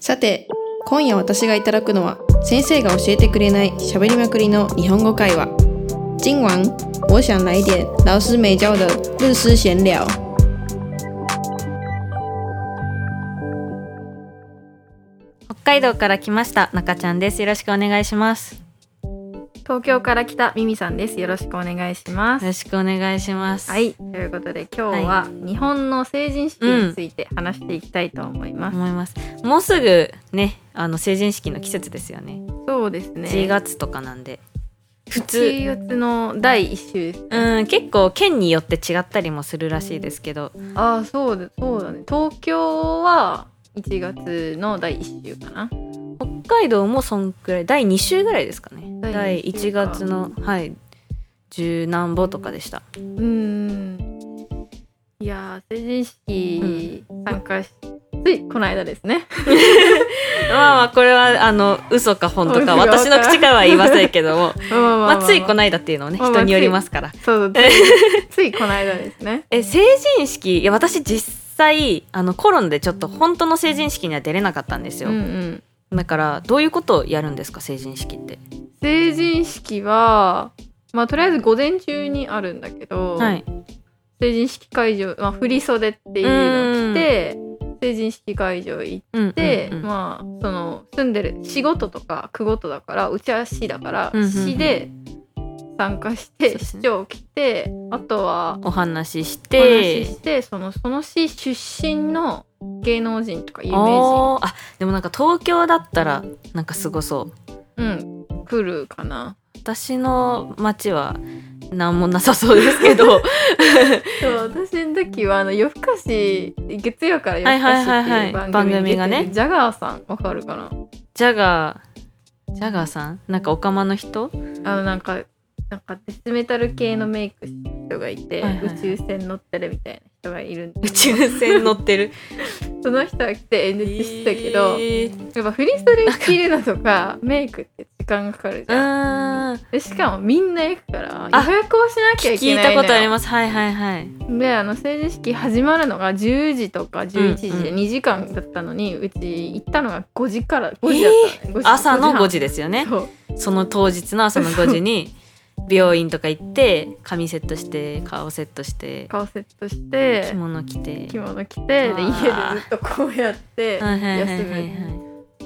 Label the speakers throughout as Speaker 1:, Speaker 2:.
Speaker 1: さて今夜私がいただくのは先生が教えてくれない喋りまくりの日本語会話今晚我想来点老师没教的日式闲聊
Speaker 2: 北海道から来ました中ちゃんですよろしくお願いします
Speaker 3: 東京から来たミミさんです。よろしくお願いしま
Speaker 2: よ
Speaker 3: す。
Speaker 2: ろしくお願いします
Speaker 3: はい、ということで今日は日本の成人式について話していきたいと思います。
Speaker 2: 思いますもうすぐねあの成人式の季節ですよね
Speaker 3: そうですね。
Speaker 2: 10月とかなんで普通
Speaker 3: 1月の第一週ですね。
Speaker 2: うん結構県によって違ったりもするらしいですけど
Speaker 3: ああ、そうだ、そうだね。東京は1月の第一週かな。
Speaker 2: 北海道もそんくらい第2週ぐらいですかね第
Speaker 3: 第二
Speaker 2: 1
Speaker 3: 週か
Speaker 2: 月のはい十何歩とかでした
Speaker 3: うーん。いやー成人式参加し、ついこの間ですね。
Speaker 2: まあまあこれはあの嘘か本 当か
Speaker 3: 本当か
Speaker 2: 私の口からは言い ませんけども
Speaker 3: まあまあまあまあ
Speaker 2: まあついこの間っていうのはね
Speaker 3: まあまあ
Speaker 2: 人によりますから
Speaker 3: そうそうついついこの間ですね。
Speaker 2: え成人式いや私実際あのコロナでちょっと本当の成人式には出れなかったんですよ、
Speaker 3: うんうん。
Speaker 2: だからどういうことをやるんですか成人式って
Speaker 3: 成人式は、まあ、とりあえず午前中にあるんだけど、
Speaker 2: はい
Speaker 3: 成人式会場、まあ、振袖っていうのを着て成人式会場行っ
Speaker 2: うん
Speaker 3: て、
Speaker 2: うんうん
Speaker 3: まあその住んでる仕事とか区ごとだからうちは市だから、
Speaker 2: うんうんうん
Speaker 3: 市で参加し
Speaker 2: そう
Speaker 3: て
Speaker 2: です
Speaker 3: 市
Speaker 2: ね
Speaker 3: 長来てあとは
Speaker 2: お話しし
Speaker 3: お話してしてそのその市出身の芸能人とか有名人、
Speaker 2: あーあでもなんか東京だったらなんかすごそう
Speaker 3: うん、来るかな。
Speaker 2: 私の町は何もなさそうですけ ど
Speaker 3: そう私の時はあの夜更かし月曜から夜更かし
Speaker 2: はいはいはい
Speaker 3: っていう
Speaker 2: はい
Speaker 3: 番組に出てる
Speaker 2: 番組がね
Speaker 3: ジャガーさんわかるかな
Speaker 2: ジャガージャガーさんなんかオカマの人
Speaker 3: あのなんかなんかデスメタル系のメイクした人がいて、
Speaker 2: はいはいはい
Speaker 3: 宇宙船乗ってるみたいな人がいるんで
Speaker 2: 宇宙船乗ってる
Speaker 3: その人が来て演説してたけど、
Speaker 2: えー
Speaker 3: やっぱフリーストで着るのとかメイクって時間かかる
Speaker 2: う
Speaker 3: じゃん、
Speaker 2: ーん
Speaker 3: でしかもみんな行くから
Speaker 2: あ
Speaker 3: 予約をしなきゃい
Speaker 2: 聞
Speaker 3: け
Speaker 2: い
Speaker 3: ない
Speaker 2: た
Speaker 3: のよ
Speaker 2: ことありますはいはいはい
Speaker 3: であの成人式始まるのが10時とか11時
Speaker 2: うんう
Speaker 3: で
Speaker 2: ん
Speaker 3: 2時間だったのに、うち行ったのが5時から5時だったのね、5時
Speaker 2: 朝の5
Speaker 3: 半
Speaker 2: 時ですよね
Speaker 3: そう
Speaker 2: その当日の朝の5時に病院とか行って髪セットして顔セットして
Speaker 3: 顔セットし
Speaker 2: 着
Speaker 3: て
Speaker 2: 物着て
Speaker 3: 着物着てで
Speaker 2: あ
Speaker 3: 家で
Speaker 2: ー
Speaker 3: ずっとこうやって
Speaker 2: はいはいはいは
Speaker 3: 休
Speaker 2: いは
Speaker 3: む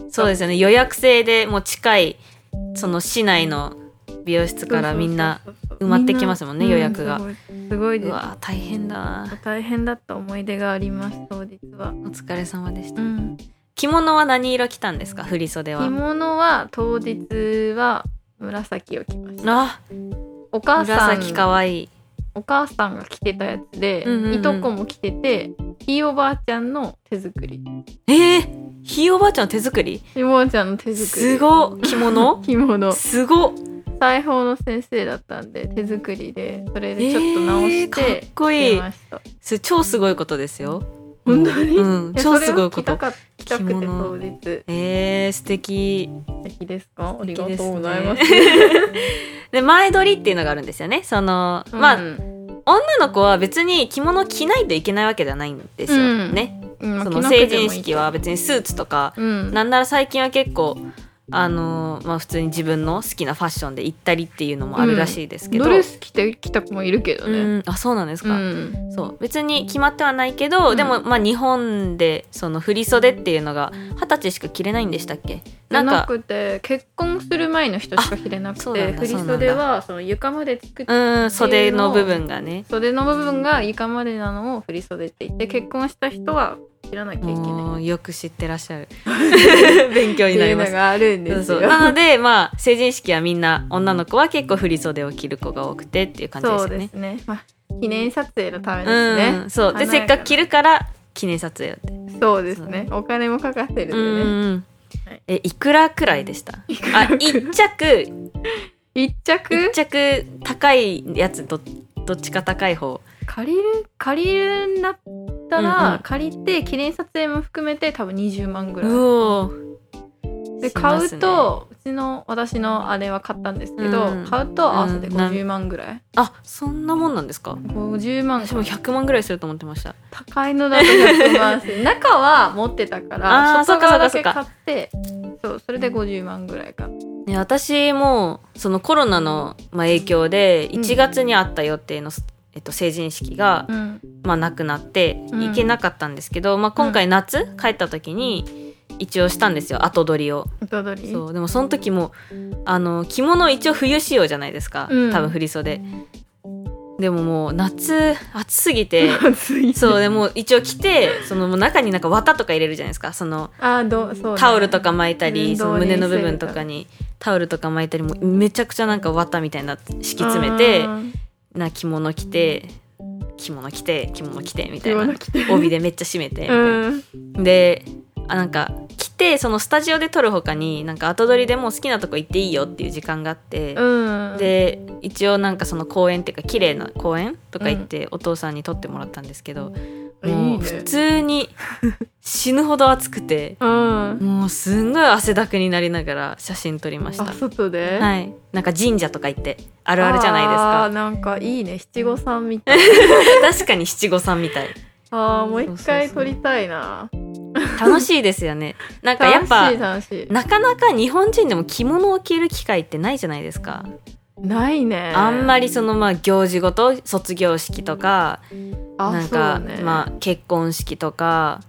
Speaker 2: いそうですよね予約制でもう近いその市内の美容室からみんな
Speaker 3: そうそうそう
Speaker 2: 埋まってきますもんね
Speaker 3: み
Speaker 2: 予約が
Speaker 3: うんすごいすごいうです
Speaker 2: わー大変だな
Speaker 3: 大変だった思い出があります当日は、
Speaker 2: お疲れ様でし
Speaker 3: う
Speaker 2: た
Speaker 3: ん、
Speaker 2: 着物は何色着たんですか振袖
Speaker 3: 着
Speaker 2: は
Speaker 3: 物は当日は紫を着ました
Speaker 2: あ
Speaker 3: お母さん
Speaker 2: 紫かわいい
Speaker 3: お母さんが着てたやつで、
Speaker 2: うんうんうん
Speaker 3: いとこも着ててひいおばあちゃんの手作り
Speaker 2: えー、ひいおばあちゃんの手作り
Speaker 3: ひいおばあちゃんの手作り
Speaker 2: すごっ着物
Speaker 3: 着物
Speaker 2: すごっ
Speaker 3: 裁縫の先生だったんで手作りでそれでちょっと直し
Speaker 2: えー
Speaker 3: て
Speaker 2: かっこいい
Speaker 3: 着ました、
Speaker 2: それ超すごいことですよ
Speaker 3: 本当に、
Speaker 2: うん
Speaker 3: え
Speaker 2: 超すごいこ
Speaker 3: それを
Speaker 2: と
Speaker 3: 着たか着たくて
Speaker 2: 着物
Speaker 3: 当日
Speaker 2: えー、素敵
Speaker 3: 素敵ですかあり
Speaker 2: 素
Speaker 3: が
Speaker 2: 敵ですね
Speaker 3: とうございます、
Speaker 2: で前撮りっていうのがあるんですよねその、
Speaker 3: うん
Speaker 2: まあ女の子は別に着物着ないといけないわけじゃないんですよ、
Speaker 3: うん
Speaker 2: ね
Speaker 3: うん
Speaker 2: そ
Speaker 3: 着
Speaker 2: の
Speaker 3: なくても
Speaker 2: 成
Speaker 3: いいけど
Speaker 2: 人式は別にスーツとか、
Speaker 3: うん
Speaker 2: なんなら最近は結構あのーまあ普通に自分の好きなファッションで行ったりっていうのもあるらしいですけど、
Speaker 3: ドレス着てきた子もいるけど
Speaker 2: う
Speaker 3: ね、
Speaker 2: んあそうなんです
Speaker 3: うん
Speaker 2: か、そう別に決まってはないけど、
Speaker 3: うん
Speaker 2: でもまあ日本でその振袖っていうのが二十歳しか着れないんでしたっけ
Speaker 3: じゃ
Speaker 2: なん
Speaker 3: な
Speaker 2: か
Speaker 3: くて結婚する前の人しか着れな
Speaker 2: あそ
Speaker 3: く
Speaker 2: うな
Speaker 3: て
Speaker 2: んだ
Speaker 3: 振り
Speaker 2: そうなん
Speaker 3: 袖
Speaker 2: だ
Speaker 3: はその床まで作って、
Speaker 2: うん袖の部分がね
Speaker 3: 袖の部分が床までなのを振り袖って言って結婚した人は着らなきゃいけない
Speaker 2: もうよく知ってらっしゃる勉強
Speaker 3: って
Speaker 2: にな
Speaker 3: いう
Speaker 2: りま
Speaker 3: の
Speaker 2: す
Speaker 3: があるんで
Speaker 2: そう
Speaker 3: す
Speaker 2: そ
Speaker 3: よ
Speaker 2: うなのでまあ成人式はみんな女の子は結構振り袖を着る子が多くてっていう感じです
Speaker 3: そ
Speaker 2: よ
Speaker 3: うで
Speaker 2: ね
Speaker 3: すね、まあ、記念撮影のためで
Speaker 2: う
Speaker 3: すね
Speaker 2: ん、そうで
Speaker 3: 華
Speaker 2: せ
Speaker 3: や
Speaker 2: っ
Speaker 3: かな
Speaker 2: かく着るから記念撮影をって
Speaker 3: そうですねお金もかかって
Speaker 2: うん
Speaker 3: るんで
Speaker 2: う
Speaker 3: ね、
Speaker 2: ん
Speaker 3: はい
Speaker 2: えいくらくらいでした
Speaker 3: いくら
Speaker 2: あ
Speaker 3: くらい
Speaker 2: 一着
Speaker 3: 一着
Speaker 2: 一着高いやつどどっちか高い方
Speaker 3: 借りる借りるんだったら、
Speaker 2: うんうん
Speaker 3: 借りて記念撮影も含めて多分20万ぐらい
Speaker 2: おお
Speaker 3: で買うとちの私のあれは買ったんですけど、
Speaker 2: うん
Speaker 3: 買うと合わせて
Speaker 2: うんな
Speaker 3: 50万ぐらい、
Speaker 2: あそんなもんなんですか
Speaker 3: 50万
Speaker 2: 私も100万ぐらいすると思ってました
Speaker 3: 高いのだと100万す る中は持ってたか
Speaker 2: あ
Speaker 3: ら
Speaker 2: ー
Speaker 3: 外側だ
Speaker 2: そ
Speaker 3: け
Speaker 2: っかそ
Speaker 3: 買ってそうそれで50万ぐらいか
Speaker 2: ね、私もそのコロナの、まあ、影響で
Speaker 3: うん
Speaker 2: 1月にあった予定の、えっと、成人式が、
Speaker 3: うん
Speaker 2: まあ、なくなって
Speaker 3: うん
Speaker 2: 行けなかったんですけど、まあ、今回夏帰った時に一応したんですよ後取りを
Speaker 3: 後取り
Speaker 2: そうでもその時もあの着物一応冬仕様じゃないですか、
Speaker 3: うん
Speaker 2: 多分振袖でももう夏暑すぎ て
Speaker 3: 暑い
Speaker 2: そうでもう一応着てそのもう中になんか綿とか入れるじゃないですかその
Speaker 3: あーどうそうね、
Speaker 2: タオルとか巻いたり、
Speaker 3: 運
Speaker 2: その
Speaker 3: 動に
Speaker 2: 胸の部分とかにタオルとか巻いたりもうめちゃくちゃなんか綿みたいな敷き詰めて
Speaker 3: うん
Speaker 2: な着物着て着物着て着物着てみたい
Speaker 3: 着
Speaker 2: な
Speaker 3: 物着て
Speaker 2: 帯でめっちゃ締めてみたいな、
Speaker 3: うん
Speaker 2: であなんか着てそのスタジオで撮るほかになんか後撮りでもう好きなとこ行っていいよっていう時間があって、
Speaker 3: うん
Speaker 2: で一応なんかその公園っていうか綺麗な公園とか行ってお父さんに撮ってもらったんですけど、
Speaker 3: いい
Speaker 2: もう
Speaker 3: ね
Speaker 2: い普通に死ぬほど暑くて。
Speaker 3: うん
Speaker 2: もうすんごい汗だくになりながら写真撮りまし
Speaker 3: あ
Speaker 2: た。
Speaker 3: 外で、い、
Speaker 2: はい。なんか神社とか行ってあるあるじゃないで
Speaker 3: なんかいいね七五三みたい
Speaker 2: すか。確かに七五三みたい。
Speaker 3: あーもう
Speaker 2: そうそう
Speaker 3: 一
Speaker 2: そう
Speaker 3: 回撮りたいな
Speaker 2: 楽しいですよね。なんかや
Speaker 3: 楽
Speaker 2: っ
Speaker 3: し
Speaker 2: ぱ
Speaker 3: い楽しい
Speaker 2: なかなか日本人でも着物を着る機会ってないじゃないですか。
Speaker 3: ないね
Speaker 2: あんま
Speaker 3: り
Speaker 2: りそのまあ行事ごと卒業式とか、
Speaker 3: あ
Speaker 2: なんか、
Speaker 3: そうね
Speaker 2: まあ結婚式とか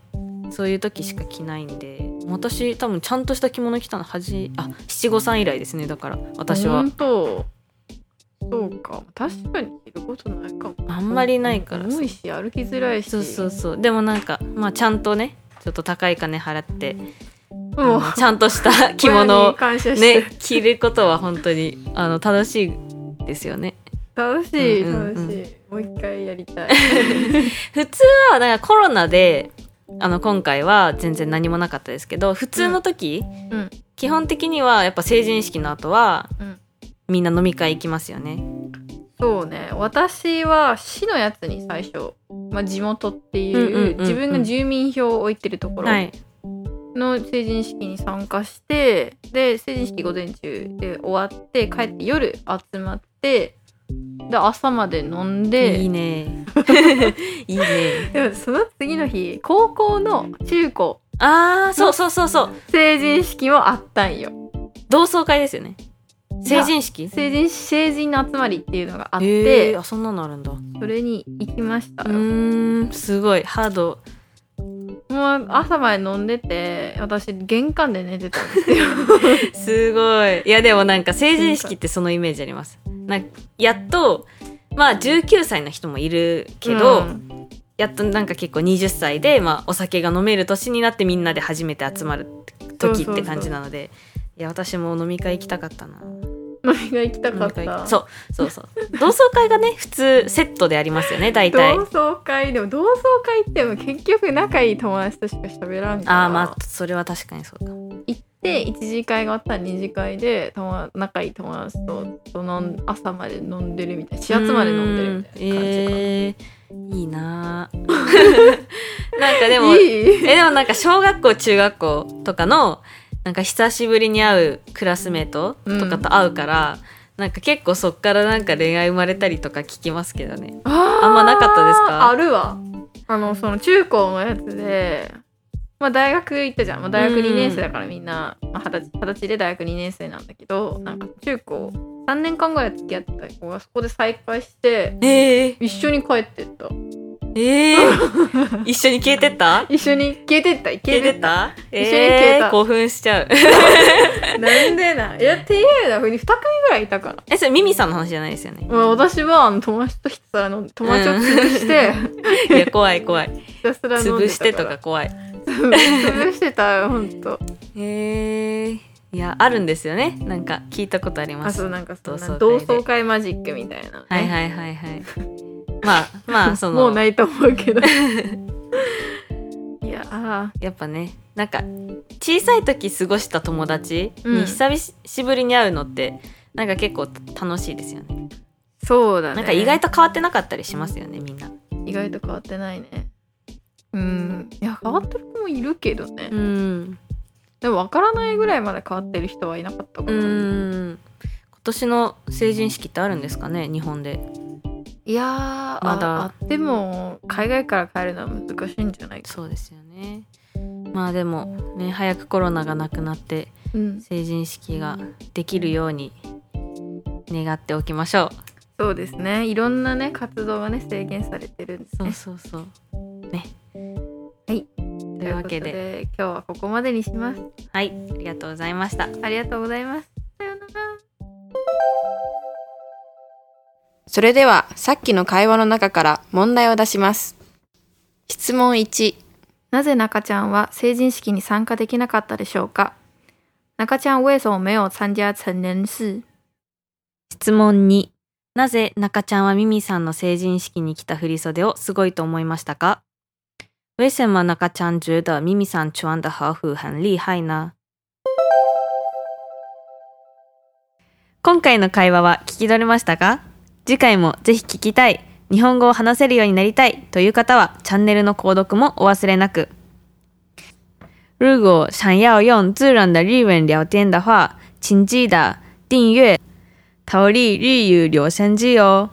Speaker 2: そういう時しか着ないんで、私多分ちゃんとした着物着たの初あ七五三以来ですね。だから私は
Speaker 3: 本当そうか確かに着ることないかも
Speaker 2: あんまりないから。
Speaker 3: 重いし歩きづらいし
Speaker 2: そうそうそうでもなんか、まあ、ちゃんとねちょっと高い金払って
Speaker 3: もう
Speaker 2: あのちゃんとした 着物
Speaker 3: 親
Speaker 2: を
Speaker 3: に感謝して、
Speaker 2: ね着ることは本当にあの楽しいですよね
Speaker 3: 楽しい
Speaker 2: うんうんうん
Speaker 3: 楽しい、もう一回や りたい
Speaker 2: 普通はだからコロナであの今回は全然何もなかったですけど普通の時、
Speaker 3: うんうん
Speaker 2: 基本的にはやっぱ成人式の後は、
Speaker 3: うん
Speaker 2: みんな飲み会行きますよね
Speaker 3: そうね私は市のやつに最初、まあ、地元っていう,、
Speaker 2: うんうんうんうん
Speaker 3: 自分が住民票を置いてるところ
Speaker 2: はい
Speaker 3: の成人式に参加してで成人式午前中で終わって帰って夜集まってで朝まで飲んで
Speaker 2: いいね いいね
Speaker 3: でもその次の日高校の中高
Speaker 2: ああそうそうそうそう
Speaker 3: 成人式もあったんよ
Speaker 2: 同窓会ですよね成人式
Speaker 3: 成人成人の集まりっていうのがあって、
Speaker 2: えーあそんなのあるんだう
Speaker 3: それに行きましたよ、
Speaker 2: ーんすごいハード
Speaker 3: もう朝まで飲んでて私玄関で寝てたんですよ
Speaker 2: すごいいやでもなんか成人式ってそのイメージありますなんかやっとまあ19歳の人もいる けど、
Speaker 3: うん
Speaker 2: やっとなんか結構20歳で、まあ、お酒が飲める年になってみんなで初めて集まる時って感じなのでいや私も飲み会行きたかったな
Speaker 3: 飲み会行きた
Speaker 2: 飲
Speaker 3: か
Speaker 2: み
Speaker 3: っ
Speaker 2: 会
Speaker 3: た
Speaker 2: そうそうそう同窓会がね普通セットでありますよね大体
Speaker 3: 同窓会でも同窓会行っても結局仲いい友達としか喋らんから
Speaker 2: ああまあそれは確かにそうか
Speaker 3: 行って1次会があったら2次会で友仲いい友達とその朝まで飲んでるみたいな4月まで飲んでるみたいな感じかな、
Speaker 2: えーいい なぁなんかでも
Speaker 3: いい
Speaker 2: えでもなんか小学校中学校とかのなんか久しぶりに会うクラスメートとかと会うから、なんか結構そっからなんか恋愛生まれたりとか聞きますけどね
Speaker 3: あー
Speaker 2: あんまなかったですか
Speaker 3: あるわあのその中高のやつでまあ大学行ったじゃん、まあ、大学
Speaker 2: うん
Speaker 3: 2年生だからみんなまあ二十、歳20歳で大学2年生なんだけどなんか中高3年間ぐらい付き合ってた子がそこで再会して
Speaker 2: ええ
Speaker 3: 一緒に帰ってった
Speaker 2: ええ 一緒に消えてった
Speaker 3: 一緒に消えてった消
Speaker 2: 消え
Speaker 3: えて
Speaker 2: て
Speaker 3: った
Speaker 2: た
Speaker 3: 一緒に消えた
Speaker 2: ー興奮しちゃう
Speaker 3: なんでないやっていうようなふうに2組ぐらいいたから
Speaker 2: えそれミミさんの話じゃないですよね
Speaker 3: まあ私はあの友達とひたすら飲んで友達を潰して、
Speaker 2: いや怖い 怖い
Speaker 3: ひたすら飲んで
Speaker 2: 潰してと
Speaker 3: たら
Speaker 2: か怖い
Speaker 3: 潰してたほんと
Speaker 2: へえいやあるんですよねなんか聞いたことありま
Speaker 3: あ
Speaker 2: す
Speaker 3: となんかそんな
Speaker 2: 同
Speaker 3: 同
Speaker 2: 窓会で
Speaker 3: 窓会マジックみたいな、ね
Speaker 2: はいはいはいはいまあま あその
Speaker 3: もうないと思う けどいやあ
Speaker 2: やっぱねなんか小さい時過ごした友達
Speaker 3: う
Speaker 2: に
Speaker 3: ん
Speaker 2: 久しぶりに会うのって、なんか結構楽しいですよね
Speaker 3: ーそうだね
Speaker 2: なんか意外と変わってなかったりしますよねみんな
Speaker 3: 意外と変わってないねうんいや変わってる子もいるけどね
Speaker 2: う、ん
Speaker 3: でも分からないぐらいまで変わってる人はいなかったか
Speaker 2: う
Speaker 3: な、
Speaker 2: ーん今年の成人式ってあるんですかね日本で
Speaker 3: いやーま
Speaker 2: まだ
Speaker 3: ああっても海外から帰るのは難しいんじゃないか、
Speaker 2: そうですよねまあでもね早くコロナがなくなって
Speaker 3: うん、
Speaker 2: 成人式ができるように願っておきましょ
Speaker 3: そうですねいろんなね活動がね制限されてるんです
Speaker 2: うそ
Speaker 3: ね
Speaker 2: うそうそうね
Speaker 3: はい
Speaker 2: というわけで
Speaker 3: ということ今日はここまでにします
Speaker 2: はいありがとうございました
Speaker 3: ありがとうございますさようなら
Speaker 1: それでは、さっきの会話の中から問題を出します。質問1、
Speaker 3: なぜ中ちゃんは成人式に参加できなかったでしょうか中ちゃん为什么没有参加成年式
Speaker 2: 質問2なぜ中ちゃんはミミさんの成人式に来た振り袖をすごいと思いましたか为什么中ちゃん觉得ミミさん穿的和服很厉害呢今回の会話は聞き取れましたか次回もぜひ聞きたい日本語を話せるようになりたいという方はチャンネルの購読もお忘れなく如果想要用自然的日文聊天的话请记得订阅逃离日语留声机哦。